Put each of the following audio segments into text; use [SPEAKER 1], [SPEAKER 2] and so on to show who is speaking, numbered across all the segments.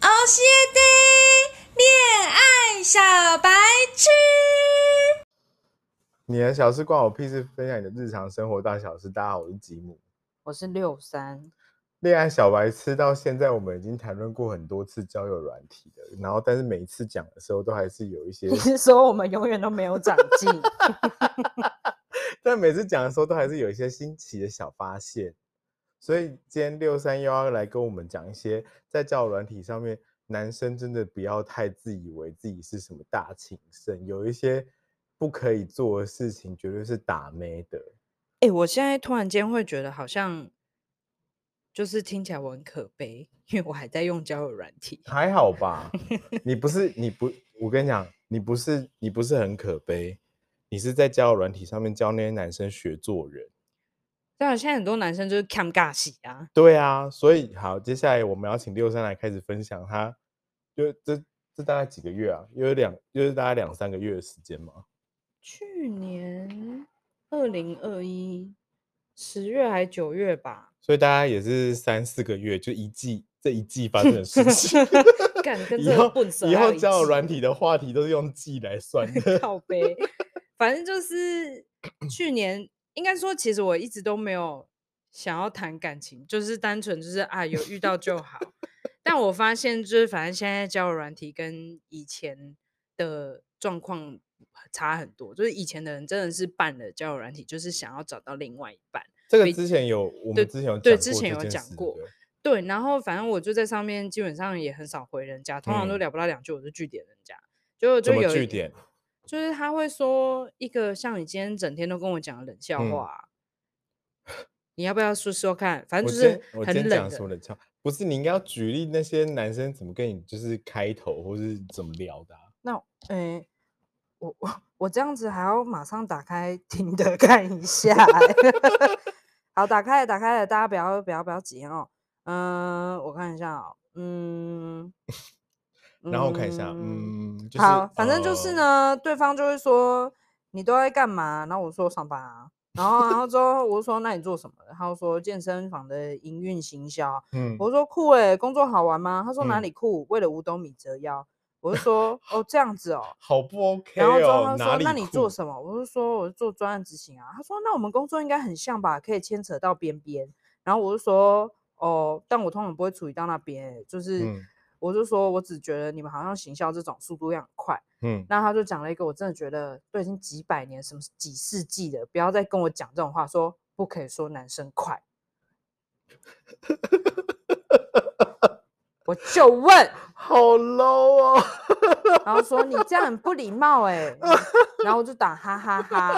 [SPEAKER 1] 哦西的恋爱小白痴，
[SPEAKER 2] 你的小事关我屁事，分享你的日常生活大小事。大家好，我是吉姆。
[SPEAKER 3] 我是六三，
[SPEAKER 2] 恋爱小白痴到现在，我们已经谈论过很多次交友软体了，然后但是每一次讲的时候，都还是有一 些
[SPEAKER 3] 你，是说我们永远都没有长 进？
[SPEAKER 2] 但每次讲的时候都还是有一些新奇的小发现。所以今天六三又要来跟我们讲一些在交友软体上面，男生真的不要太自以为自己是什么大情圣，有一些不可以做的事情，绝对是打妹的。
[SPEAKER 3] 哎、我现在突然间会觉得好像就是听起来我很可悲，因为我还在用交友软体。
[SPEAKER 2] 还好吧，你不是你不，我跟你讲，你不是你不是很可悲，你是在交友软体上面教那些男生学做人。
[SPEAKER 3] 当然，现在很多男生就是 cam 尬戏啊，
[SPEAKER 2] 对啊，所以好，接下来我们要请六三来开始分享他，就这这大概几个月啊，又有两又是大概两三个月的时间嘛。
[SPEAKER 3] 去年二零二一十月还九月吧，
[SPEAKER 2] 所以大家也是三四个月，就一季这一季发生的事情。
[SPEAKER 3] 干 跟
[SPEAKER 2] 以
[SPEAKER 3] 这个
[SPEAKER 2] 后
[SPEAKER 3] 笨蛇
[SPEAKER 2] 以
[SPEAKER 3] 还
[SPEAKER 2] 后
[SPEAKER 3] 有一
[SPEAKER 2] 交友
[SPEAKER 3] 季
[SPEAKER 2] 软体的话题都是用季来算的。
[SPEAKER 3] 靠背，反正就是
[SPEAKER 2] 嗯
[SPEAKER 3] 去年，应该说，其实我一直都没有想要谈感情，就是单纯就是啊，有遇到就好。但我发现，就是反正现在交友软体跟以前的状况差很多，就是以前的人真的是办了交友软体，就是想要找到另外一半。
[SPEAKER 2] 这个
[SPEAKER 3] 比
[SPEAKER 2] 之前有我
[SPEAKER 3] 对
[SPEAKER 2] 们之前有
[SPEAKER 3] 对
[SPEAKER 2] 讲
[SPEAKER 3] 之
[SPEAKER 2] 过
[SPEAKER 3] 前
[SPEAKER 2] 这
[SPEAKER 3] 有
[SPEAKER 2] 件
[SPEAKER 3] 讲
[SPEAKER 2] 事对
[SPEAKER 3] 过
[SPEAKER 2] 不对
[SPEAKER 3] 对，然后反正我就在上面基本上也很少回人家，通常
[SPEAKER 2] 嗯
[SPEAKER 3] 都聊不到两句我就据点人家，结果就
[SPEAKER 2] 怎么
[SPEAKER 3] 有
[SPEAKER 2] 据
[SPEAKER 3] 一
[SPEAKER 2] 点？
[SPEAKER 3] 就是他会说一个像你今天整天都跟我讲的冷笑
[SPEAKER 2] 嗯
[SPEAKER 3] 话啊、你要不要说说看？反
[SPEAKER 2] 我
[SPEAKER 3] 正就
[SPEAKER 2] 今天
[SPEAKER 3] 是
[SPEAKER 2] 我今
[SPEAKER 3] 很
[SPEAKER 2] 天
[SPEAKER 3] 冷
[SPEAKER 2] 讲
[SPEAKER 3] 的
[SPEAKER 2] 什么。冷笑？不是你应该要举例那些男生怎么跟你就是开头或是怎么聊的啊、
[SPEAKER 3] 那哎、我 我我这样子还要马上打开听的 看一下欸、好，打开了，打开了，大家不要不要不要急哦。嗯、我看一下哦，嗯，
[SPEAKER 2] 然后我看一下，。嗯，就是
[SPEAKER 3] 好，反正就是
[SPEAKER 2] 呃
[SPEAKER 3] 呢，对方就会说你都在干嘛？然后我说上班啊。然后，然后之后我就说那你做什么？他就说健身房的营运行销。
[SPEAKER 2] 嗯，
[SPEAKER 3] 我说酷诶、工作好玩吗？他说哪
[SPEAKER 2] 嗯
[SPEAKER 3] 里酷？为了五斗米折腰。我就说哦这 样子哦。
[SPEAKER 2] 好不 OK
[SPEAKER 3] 然后之后
[SPEAKER 2] 哦哪
[SPEAKER 3] 他，说那
[SPEAKER 2] 里
[SPEAKER 3] 你做
[SPEAKER 2] 酷
[SPEAKER 3] 什么？我就说我是做专案执行啊。他说那我们工作应该很像吧，可以牵扯到边边。然后我就说哦，但我通常不会处理到那边，欸就是、
[SPEAKER 2] 嗯
[SPEAKER 3] 我就说我只觉得你们好像行销这种速度要很快。
[SPEAKER 2] 嗯，
[SPEAKER 3] 那他就讲了一个我真的觉得都已经几百年、什么几世纪的，不要再跟我讲这种话，说不可以说男生快。我就问，
[SPEAKER 2] 好 low 哦，
[SPEAKER 3] 然后说你这样很不礼貌哎、然后我就打哈哈哈，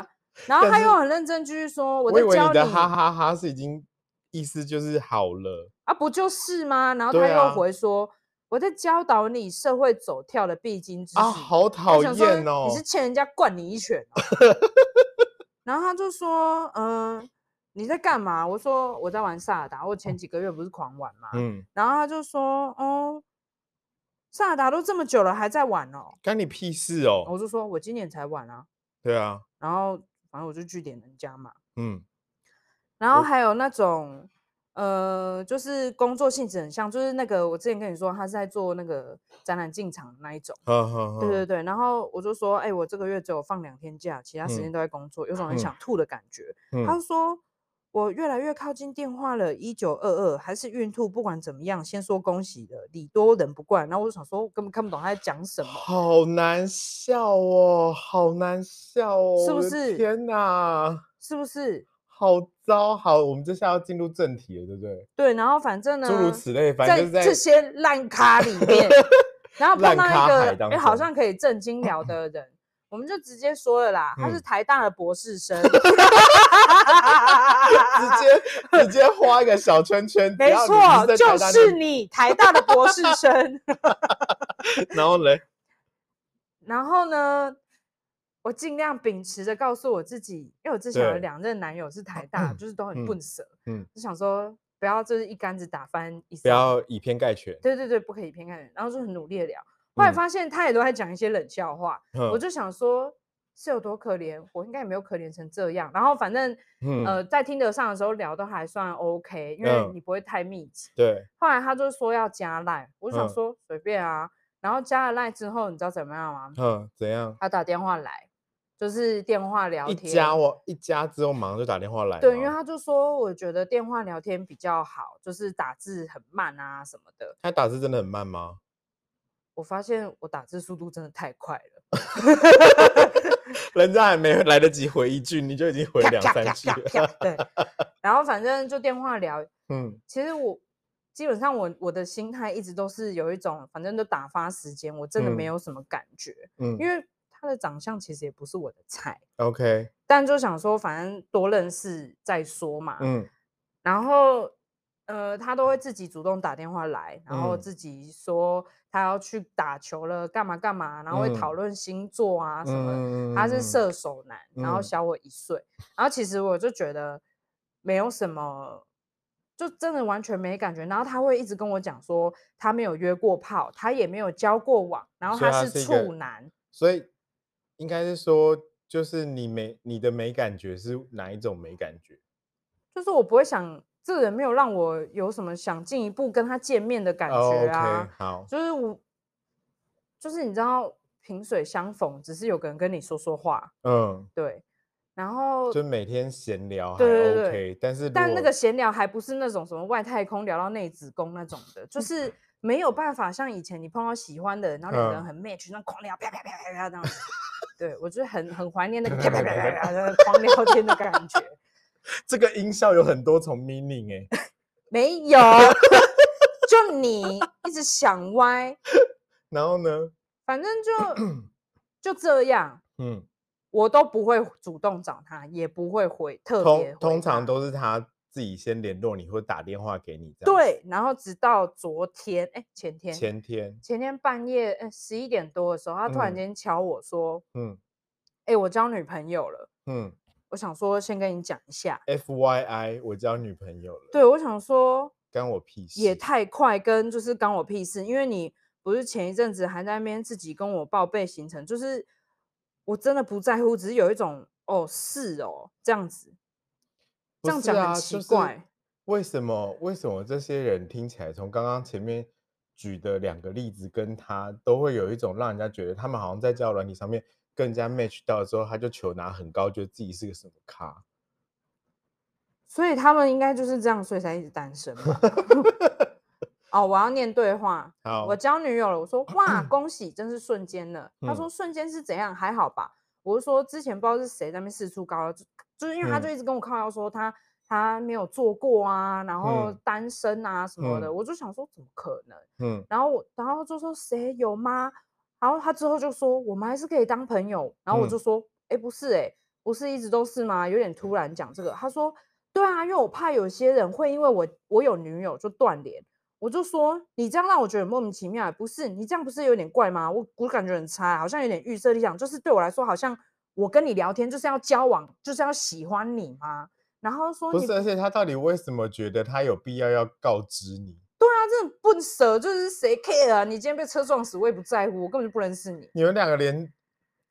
[SPEAKER 3] 然后
[SPEAKER 2] 但
[SPEAKER 3] 他又
[SPEAKER 2] 是
[SPEAKER 3] 很认真继续说，
[SPEAKER 2] 我
[SPEAKER 3] 在
[SPEAKER 2] 以为
[SPEAKER 3] 教
[SPEAKER 2] 你
[SPEAKER 3] 你
[SPEAKER 2] 的哈哈哈是已经意思就是好了，
[SPEAKER 3] 啊，不就是吗？然后
[SPEAKER 2] 对
[SPEAKER 3] 他
[SPEAKER 2] 啊
[SPEAKER 3] 又回说、我在教导你社会走跳的必经之
[SPEAKER 2] 啊，
[SPEAKER 3] 事
[SPEAKER 2] 好讨
[SPEAKER 3] 我想说
[SPEAKER 2] 厌哦
[SPEAKER 3] 你，是欠人家灌你一拳、哦。然后他就说，嗯、你在干嘛？我说我在玩萨尔达，我前几个月不是狂玩嘛。
[SPEAKER 2] 嗯，
[SPEAKER 3] 然后他就说，哦，萨尔达都这么久了还在玩哦。
[SPEAKER 2] 干你屁事
[SPEAKER 3] 我
[SPEAKER 2] 哦，
[SPEAKER 3] 就说我今年才玩啊。
[SPEAKER 2] 对啊，
[SPEAKER 3] 然后反正我就据点人家嘛。
[SPEAKER 2] 嗯，
[SPEAKER 3] 然后
[SPEAKER 2] 我
[SPEAKER 3] 还有那种，呃，就是工作性质很像，就是那个我之前跟你说他是在做那个展览进场那一种。
[SPEAKER 2] 呵呵
[SPEAKER 3] 对对
[SPEAKER 2] 呵，
[SPEAKER 3] 对，然后我就说，哎、我这个月只有放两天假，其他时间
[SPEAKER 2] 嗯
[SPEAKER 3] 都在工作，有种很
[SPEAKER 2] 嗯
[SPEAKER 3] 想吐的感觉。他
[SPEAKER 2] 嗯
[SPEAKER 3] 就说，我越来越靠近电话了，一九二二还是孕吐，不管怎么样，先说恭喜的，礼多人不怪。然后我就想说，我根本看不懂他在讲什么。
[SPEAKER 2] 好难笑哦，好难笑哦，
[SPEAKER 3] 是
[SPEAKER 2] 我
[SPEAKER 3] 不
[SPEAKER 2] 的
[SPEAKER 3] 是
[SPEAKER 2] 天哪！
[SPEAKER 3] 是不是？
[SPEAKER 2] 好糟，好，我们接下来要进入正题了，对不对？
[SPEAKER 3] 对，然后反正呢，
[SPEAKER 2] 诸如此类，反正
[SPEAKER 3] 在
[SPEAKER 2] 就是在
[SPEAKER 3] 这些烂咖里面， 然后碰
[SPEAKER 2] 烂
[SPEAKER 3] 到
[SPEAKER 2] 咖
[SPEAKER 3] 一
[SPEAKER 2] 海
[SPEAKER 3] 个
[SPEAKER 2] 当
[SPEAKER 3] 哎、好
[SPEAKER 2] 中
[SPEAKER 3] 像可以正经 聊的人，我们就直接说了啦，他是
[SPEAKER 2] 嗯
[SPEAKER 3] 台大的博 士生，
[SPEAKER 2] 直接直接画一个小圈 圈，只
[SPEAKER 3] 啊没
[SPEAKER 2] 要你不
[SPEAKER 3] 错，
[SPEAKER 2] 在
[SPEAKER 3] 就
[SPEAKER 2] 台大
[SPEAKER 3] 是你台大的博 士生。
[SPEAKER 2] 然后嘞，
[SPEAKER 3] 然后呢，我尽量秉持着告诉我自己，因为我之前有
[SPEAKER 2] 对
[SPEAKER 3] 两任男友是台大，就是都很
[SPEAKER 2] 嗯
[SPEAKER 3] 笨舌，
[SPEAKER 2] 嗯
[SPEAKER 3] 就想说不要就是一竿子打翻一
[SPEAKER 2] 不
[SPEAKER 3] 艘，
[SPEAKER 2] 要以偏概 全。
[SPEAKER 3] 对对对，不可以偏看人，然后就很努力的聊。后来
[SPEAKER 2] 嗯
[SPEAKER 3] 发现他也都在讲一些冷笑话，
[SPEAKER 2] 我
[SPEAKER 3] 我就想说，是有多可怜，我应该也没有可怜成这样。然后反正、
[SPEAKER 2] 嗯
[SPEAKER 3] 呃，在听得上的时候聊都还算 OK，因为
[SPEAKER 2] 嗯
[SPEAKER 3] 你不会太密集。
[SPEAKER 2] 对，
[SPEAKER 3] 后来他就说要加赖，我就想
[SPEAKER 2] 嗯
[SPEAKER 3] 说随便啊。然后加了赖之后，你知道怎么样吗？
[SPEAKER 2] 嗯，怎样？
[SPEAKER 3] 他打电话来，就是电话聊
[SPEAKER 2] 一哦
[SPEAKER 3] 天。
[SPEAKER 2] 加我一加之后，马上就打电话来吗。
[SPEAKER 3] 对，因为他就说，我觉得电话聊天比较好，就是打字很慢啊什么的。
[SPEAKER 2] 他打字真的很慢 吗？
[SPEAKER 3] 我发现我打字速度真的太快了，
[SPEAKER 2] 人家还没来得及回一句，你就已经回两三句了。
[SPEAKER 3] 对。然后反正就电话聊，
[SPEAKER 2] 嗯
[SPEAKER 3] 其实我基本上我我的心态一直都是有一种，反正就打发时间，我真的没
[SPEAKER 2] 嗯
[SPEAKER 3] 有什么感觉，
[SPEAKER 2] 嗯
[SPEAKER 3] 因为他的长相其实也不是我的菜，
[SPEAKER 2] ，OK，
[SPEAKER 3] 但就想说反正多认识再说嘛。
[SPEAKER 2] 嗯
[SPEAKER 3] 然后呃，他都会自己主动打电话来，然后
[SPEAKER 2] 嗯
[SPEAKER 3] 自己说他要去打球了，干嘛干嘛，然后会
[SPEAKER 2] 嗯
[SPEAKER 3] 讨论星座啊什么的。
[SPEAKER 2] 嗯，
[SPEAKER 3] 他是
[SPEAKER 2] 嗯，
[SPEAKER 3] 射手男，然后
[SPEAKER 2] 嗯
[SPEAKER 3] 小我一岁，然后其实我就觉得没有什么，就真的完全没感觉。然后他会一直跟我讲说，他没有约过炮，他也没有交过网，然后
[SPEAKER 2] 所以
[SPEAKER 3] 他
[SPEAKER 2] 他
[SPEAKER 3] 是
[SPEAKER 2] 是一个
[SPEAKER 3] 处男，
[SPEAKER 2] 所以应该是说，就是你没你的没感觉是哪一种没感觉？
[SPEAKER 3] 就是我不会想这个人没有让我有什么想进一步跟他见面的感
[SPEAKER 2] 哦
[SPEAKER 3] 觉啊。
[SPEAKER 2] OK，好，
[SPEAKER 3] 就是我，就是你知道萍水相逢，只是有个人跟你说说话，
[SPEAKER 2] 嗯，
[SPEAKER 3] 对，然后
[SPEAKER 2] 就每天闲聊还
[SPEAKER 3] 对对对
[SPEAKER 2] OK，但是如
[SPEAKER 3] 但那
[SPEAKER 2] 果
[SPEAKER 3] 个闲聊还不是那种什么外太空聊到内子宫那种的，
[SPEAKER 2] 嗯
[SPEAKER 3] 就是没有办法像以前你碰到喜欢的人，然后两个人
[SPEAKER 2] 嗯
[SPEAKER 3] 很 match，那狂聊啪啪啪啪啪这样子 对我就是很很怀念那个啪啪啪啪啪的狂聊天的感觉，
[SPEAKER 2] 这个音效有很多重 meaning 哎、
[SPEAKER 3] 没有，就你一直想歪，
[SPEAKER 2] 然后呢，
[SPEAKER 3] 反正 就就这样，
[SPEAKER 2] 嗯，
[SPEAKER 3] 我都不会主动找他，也不会回特别
[SPEAKER 2] 通
[SPEAKER 3] 回
[SPEAKER 2] 通常
[SPEAKER 3] 他
[SPEAKER 2] 都是他自己先联络你或打电话给你这样子。
[SPEAKER 3] 对。然后直到昨天，哎，前天，
[SPEAKER 2] 前天，
[SPEAKER 3] 前天半夜，哎，十一点多的时候，他突然
[SPEAKER 2] 嗯
[SPEAKER 3] 间敲我说
[SPEAKER 2] 嗯：“
[SPEAKER 3] 哎、我交女朋友了。
[SPEAKER 2] 嗯”
[SPEAKER 3] 我想说，先跟你讲一下。
[SPEAKER 2] ，F Y I，我交女朋友了，
[SPEAKER 3] 对，我想说
[SPEAKER 2] 干我屁事。
[SPEAKER 3] 也太快，跟就是干我屁事，因为你不是前一阵子还在那边自己跟我报备行程，就是我真的不在乎，只是有一种哦是哦这样子，
[SPEAKER 2] 不
[SPEAKER 3] 这样
[SPEAKER 2] 是
[SPEAKER 3] 讲
[SPEAKER 2] 啊
[SPEAKER 3] 很奇
[SPEAKER 2] 就是
[SPEAKER 3] 怪。
[SPEAKER 2] 为什么？为什么这些人听起来从刚刚前面举的两个例子跟他都会有一种让人家觉得他们好像在交友软体上面跟人家 match 到之后，他就球拿很高，觉得自己是个什么 咖？
[SPEAKER 3] 所以他们应该就是这样，所以才一直单身吧。哦，我要念对话。
[SPEAKER 2] 好，
[SPEAKER 3] 我交女友 了，我说哇，恭喜，真是瞬间了。他
[SPEAKER 2] 嗯
[SPEAKER 3] 说瞬间是怎样？还好吧。我是说之前不知道是谁在那边四处高要，就就是因为他
[SPEAKER 2] 嗯
[SPEAKER 3] 就一直跟我靠腰说他他没有做过啊，然后
[SPEAKER 2] 嗯
[SPEAKER 3] 单身啊什么的，
[SPEAKER 2] 嗯
[SPEAKER 3] 我就想说怎么可能？
[SPEAKER 2] 嗯
[SPEAKER 3] 然后我然后就说谁有吗？然后他之后就说我们还是可以当朋友。然后我就
[SPEAKER 2] 嗯
[SPEAKER 3] 说哎、诶不是哎、不是一直都是吗？有点突然讲这个。他说对啊，因为我怕有些人会因为我我有女友就断联。我就说你这样让我觉得很莫名其妙，欸不是你这样不是有点怪吗？我我感觉很差，啊好像有点预设立场，就是对我来说好像我跟你聊天就是要交往，就是要喜欢你吗？然后说
[SPEAKER 2] 不
[SPEAKER 3] 你
[SPEAKER 2] 是，而且他到底为什么觉得他有必要要告知你？
[SPEAKER 3] 他真的不舍，就是谁 care 啊？你今天被车撞死，我也不在乎，我根本就不认识你。
[SPEAKER 2] 你们两个连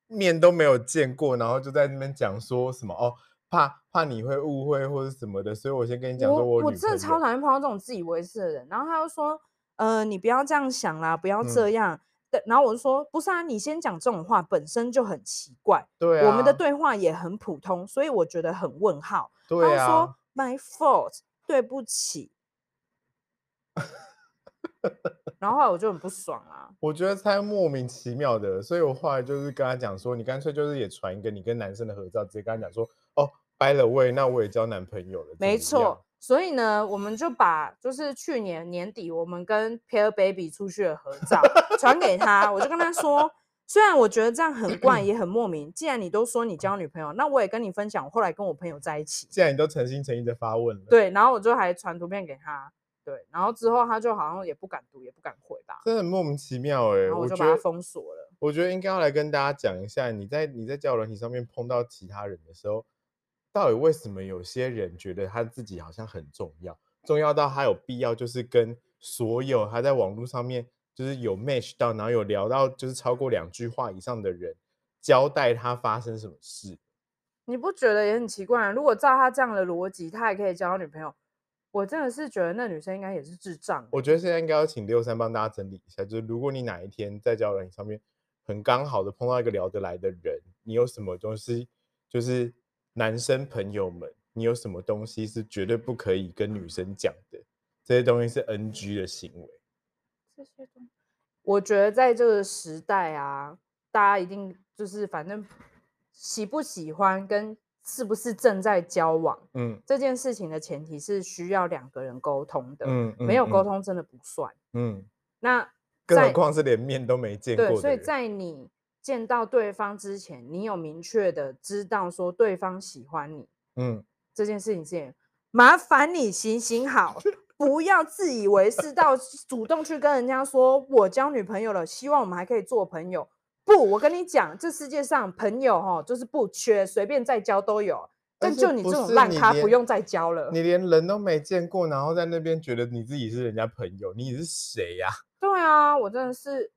[SPEAKER 2] 面都没有见过，然后就在那边讲说什么哦，怕怕你会误会或者什么的，所以我先跟你讲说
[SPEAKER 3] 我
[SPEAKER 2] 我女
[SPEAKER 3] 真的
[SPEAKER 2] 朋
[SPEAKER 3] 超
[SPEAKER 2] 友
[SPEAKER 3] 讨厌碰到这种自以为是的人。然后他就说，呃，你不要这样想啦，不要这
[SPEAKER 2] 嗯
[SPEAKER 3] 样。对，然后我就说，不是啊，你先讲这种话本身就很奇怪，
[SPEAKER 2] 对啊，
[SPEAKER 3] 我们的对话也很普通，所以我觉得很问号。他
[SPEAKER 2] 对
[SPEAKER 3] 就
[SPEAKER 2] 啊
[SPEAKER 3] 说，my fault，对不 起。然后后来我就很不爽啊，
[SPEAKER 2] 我觉得太莫名其妙的，所以我后来就是跟他讲说，你干脆就是也传一个你跟男生的合照，直接跟他讲说，哦，by the way，那我也交男朋友了，怎
[SPEAKER 3] 没
[SPEAKER 2] 么样
[SPEAKER 3] 错，。所以呢，我们就把就是去年年底我们跟 Pear Baby 出去的合照传给他，我就跟他说，虽然我觉得这样很怪也很莫名，既然你都说你交女朋友，那我也跟你分享，我后来跟我朋友在一起，
[SPEAKER 2] 既然你都诚心诚意的发问了，，
[SPEAKER 3] 对，然后我就还传图片给他，对，然后之后他就好像也不敢读，也不敢回吧，
[SPEAKER 2] 真的很莫名其妙哎、
[SPEAKER 3] 然后我就
[SPEAKER 2] 觉
[SPEAKER 3] 把他
[SPEAKER 2] 得
[SPEAKER 3] 封锁了。
[SPEAKER 2] 我觉得应该要来跟大家讲一下，你在你在交友软体上面碰到其他人的时候，到底为什么有些人觉得他自己好像很重要，重要到他有必要就是跟所有他在网络上面就是有 match 到，然后有聊到就是超过两句话以上的人交代他发生什么事。
[SPEAKER 3] 你不觉得也很奇怪啊、如果照他这样的逻辑，他也可以交到女朋友，我真的是觉得那女生应该也是智障欸。
[SPEAKER 2] 我觉得现在应该要请六三帮大家整理一下，就是如果你哪一天在交友软件上面很刚好的碰到一个聊得来的人，你有什么东西，就是男生朋友们，你有什么东西是绝对不可以跟女生讲的，这些东西是 NG 的行为。
[SPEAKER 3] 这些东西，我觉得在这个时代啊，大家一定就是反正喜不喜欢跟是不是正在交往
[SPEAKER 2] 嗯
[SPEAKER 3] 这件事情的前提是需要两个人沟通的，
[SPEAKER 2] 嗯，
[SPEAKER 3] 没有沟
[SPEAKER 2] 通，
[SPEAKER 3] 通真的不算。
[SPEAKER 2] 嗯，
[SPEAKER 3] 那
[SPEAKER 2] 更
[SPEAKER 3] 在
[SPEAKER 2] 何况是连面都没见过的
[SPEAKER 3] 对，
[SPEAKER 2] 人。
[SPEAKER 3] 所以在你见到对方之前，你有明确的知道说对方喜欢你
[SPEAKER 2] 嗯，
[SPEAKER 3] 这件事情之前，麻烦你行行好，不要自以为是到主动去跟人家说我交女朋友了，希望我们还可以做朋友。不，我跟你讲，这世界上朋友哈就是不缺，随便再交都有。
[SPEAKER 2] 而
[SPEAKER 3] 但
[SPEAKER 2] 且
[SPEAKER 3] 就你
[SPEAKER 2] 不
[SPEAKER 3] 这种
[SPEAKER 2] 是
[SPEAKER 3] 烂
[SPEAKER 2] 你
[SPEAKER 3] 咖，
[SPEAKER 2] 连
[SPEAKER 3] 不用再交了。
[SPEAKER 2] 你连人都没见过，然后在那边觉得你自己是人家朋友，你是谁呀、
[SPEAKER 3] 对啊，我真的是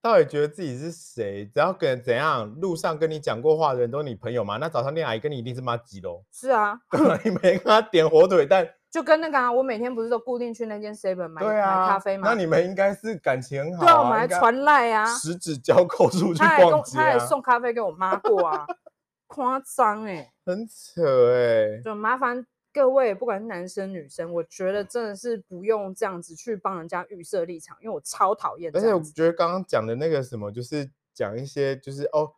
[SPEAKER 2] 到底觉得自己是谁？只要跟怎样，路上跟你讲过话的人都是你朋友嘛？那早上恋爱跟你一定是妈鸡 喽，
[SPEAKER 3] 是啊，
[SPEAKER 2] 你没跟他点火腿蛋，
[SPEAKER 3] 就跟那个啊，我每天不是都固定去那间 seven 买、
[SPEAKER 2] 对
[SPEAKER 3] 买
[SPEAKER 2] 啊，
[SPEAKER 3] 咖啡吗？
[SPEAKER 2] 那你们应该是感情很好、
[SPEAKER 3] 对啊，我们还
[SPEAKER 2] 应该
[SPEAKER 3] 传赖啊，
[SPEAKER 2] 十指交扣 出去
[SPEAKER 3] 他还跟
[SPEAKER 2] 逛
[SPEAKER 3] 我
[SPEAKER 2] 街、
[SPEAKER 3] 他还
[SPEAKER 2] 啊，
[SPEAKER 3] 送咖啡给我妈过啊，夸张哎！
[SPEAKER 2] 很扯哎、
[SPEAKER 3] 就麻烦各位，不管是男生女生，我觉得真的是不用这样子去帮人家预设立场，因为我超讨厌这
[SPEAKER 2] 而且我
[SPEAKER 3] 样子。
[SPEAKER 2] 觉得刚刚讲的那个什么，就是讲一些就是哦，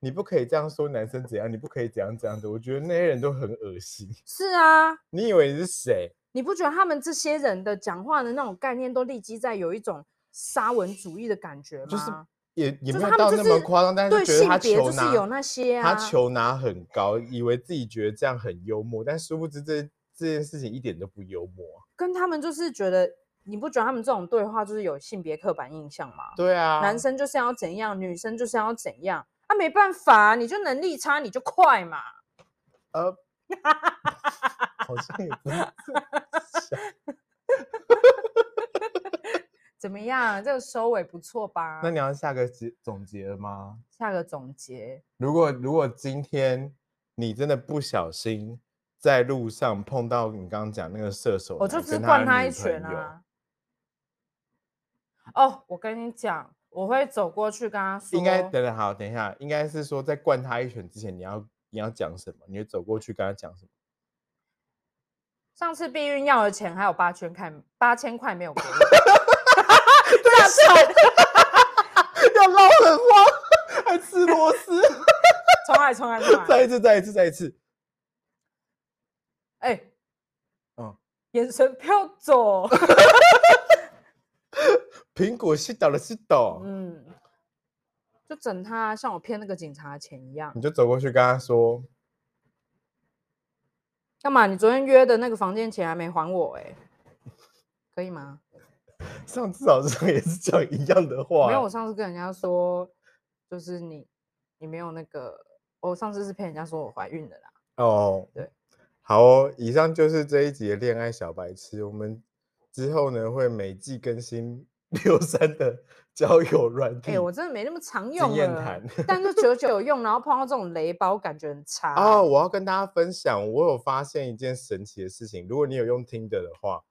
[SPEAKER 2] 你不可以这样说男生怎样，你不可以怎样怎样的，我觉得那些人都很恶心。
[SPEAKER 3] 是啊，
[SPEAKER 2] 你以为你是谁？
[SPEAKER 3] 你不觉得他们这些人的讲话的那种概念都立基在有一种沙文主义的感觉吗？
[SPEAKER 2] 就是也也没
[SPEAKER 3] 就
[SPEAKER 2] 有
[SPEAKER 3] 是他们
[SPEAKER 2] 到
[SPEAKER 3] 就
[SPEAKER 2] 那么
[SPEAKER 3] 是
[SPEAKER 2] 夸张，但
[SPEAKER 3] 对
[SPEAKER 2] 觉得
[SPEAKER 3] 性
[SPEAKER 2] 他
[SPEAKER 3] 别
[SPEAKER 2] 球
[SPEAKER 3] 就是
[SPEAKER 2] 拿
[SPEAKER 3] 有那些啊，
[SPEAKER 2] 他球拿很高，以为自己觉得这样很幽默，但殊不知这这件事情一点都不幽默啊。
[SPEAKER 3] 跟他们就是觉得，你不觉得他们这种对话就是有性别刻板印象吗？
[SPEAKER 2] 对啊，
[SPEAKER 3] 男生就是要怎样，女生就是要怎样。啊，没办法啊、你就能力差，你就快嘛。
[SPEAKER 2] 呃，好像也不是
[SPEAKER 3] 怎么样？啊这个收尾不错吧？
[SPEAKER 2] 那你要下个结总结了吗？
[SPEAKER 3] 下个总结，
[SPEAKER 2] 如果如果今天你真的不小心在路上碰到你刚刚讲那个射手男，
[SPEAKER 3] 我就只
[SPEAKER 2] 跟
[SPEAKER 3] 灌
[SPEAKER 2] 的
[SPEAKER 3] 他
[SPEAKER 2] 女
[SPEAKER 3] 一拳
[SPEAKER 2] 朋友
[SPEAKER 3] 啊。哦，我跟你讲，我会走过去跟他 说，
[SPEAKER 2] 应该等等好，等一下，应该是说在灌他一拳之前，你要你要讲什么？你会走过去跟他讲 什么？
[SPEAKER 3] 上次避孕药的钱还有八千块，八千块没有给 我。大蒜
[SPEAKER 2] 要捞很 慌，还吃螺丝？
[SPEAKER 3] 重来，重来，重来。
[SPEAKER 2] 再一次，再一次，再一次。
[SPEAKER 3] 哎、
[SPEAKER 2] 嗯，
[SPEAKER 3] 眼神飘 走。
[SPEAKER 2] 苹果西倒了西倒，
[SPEAKER 3] 嗯，就整他像我骗那个警察钱一样
[SPEAKER 2] 你。就走过去跟他说，
[SPEAKER 3] 干嘛？你昨天约的那个房间钱还没还我哎、可以吗？
[SPEAKER 2] 上次好像也是讲一样的话，
[SPEAKER 3] 没有，我上次跟人家说，就是你你没有那个，我上次是骗人家说我怀孕了啦。
[SPEAKER 2] 哦，
[SPEAKER 3] 对，
[SPEAKER 2] 好哦，以上就是这一集的恋爱小白痴。我们之后呢会每季更新 六三的交友软
[SPEAKER 3] 哎、
[SPEAKER 2] 体。
[SPEAKER 3] 我真的没那么常用
[SPEAKER 2] 验
[SPEAKER 3] 了
[SPEAKER 2] 谈
[SPEAKER 3] 但是久久有用，然后碰到这种雷包，感觉很差
[SPEAKER 2] 哦，
[SPEAKER 3] 欸。
[SPEAKER 2] 我要跟大家分享，我有发现一件神奇的事情。如果你有用听的的话，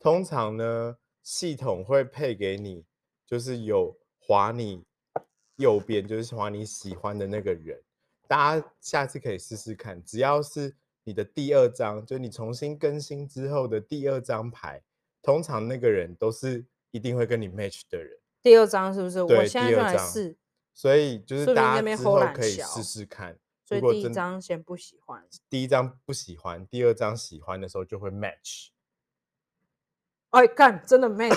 [SPEAKER 2] 通常呢系统会配给你，就是有划你右边，就是划你喜欢的那个人。大家下次可以试试看，只要是你的第二张，就是你重新更新之后的第二张牌，通常那个人都是一定会跟你 match 的人。
[SPEAKER 3] 第二张是不是？我
[SPEAKER 2] 对
[SPEAKER 3] 现在
[SPEAKER 2] 第
[SPEAKER 3] 就
[SPEAKER 2] 二
[SPEAKER 3] 来
[SPEAKER 2] 张
[SPEAKER 3] 试，
[SPEAKER 2] 所以就是
[SPEAKER 3] 说不定
[SPEAKER 2] 大
[SPEAKER 3] 那
[SPEAKER 2] 家
[SPEAKER 3] 边
[SPEAKER 2] 之
[SPEAKER 3] 偷
[SPEAKER 2] 后
[SPEAKER 3] 懒
[SPEAKER 2] 可以
[SPEAKER 3] 小
[SPEAKER 2] 试试看。
[SPEAKER 3] 所以
[SPEAKER 2] 如果
[SPEAKER 3] 第一
[SPEAKER 2] 真
[SPEAKER 3] 张先不喜欢。
[SPEAKER 2] 第一张不喜欢，第二张喜欢的时候就会 match。
[SPEAKER 3] 哎，干，真的 match。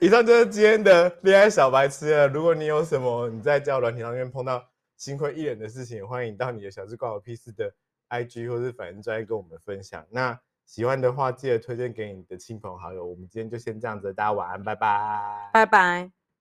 [SPEAKER 2] 以上就是今天的恋爱小白痴了。如果你有什么你在交友软体上面碰到心灰意冷的事情，欢迎到你的小智关我屁事的 IG 或是反正专业跟我们分享。那喜欢的话，记得推荐给你的亲朋好友。我们今天就先这样子，大家晚安，拜拜。
[SPEAKER 3] 拜拜。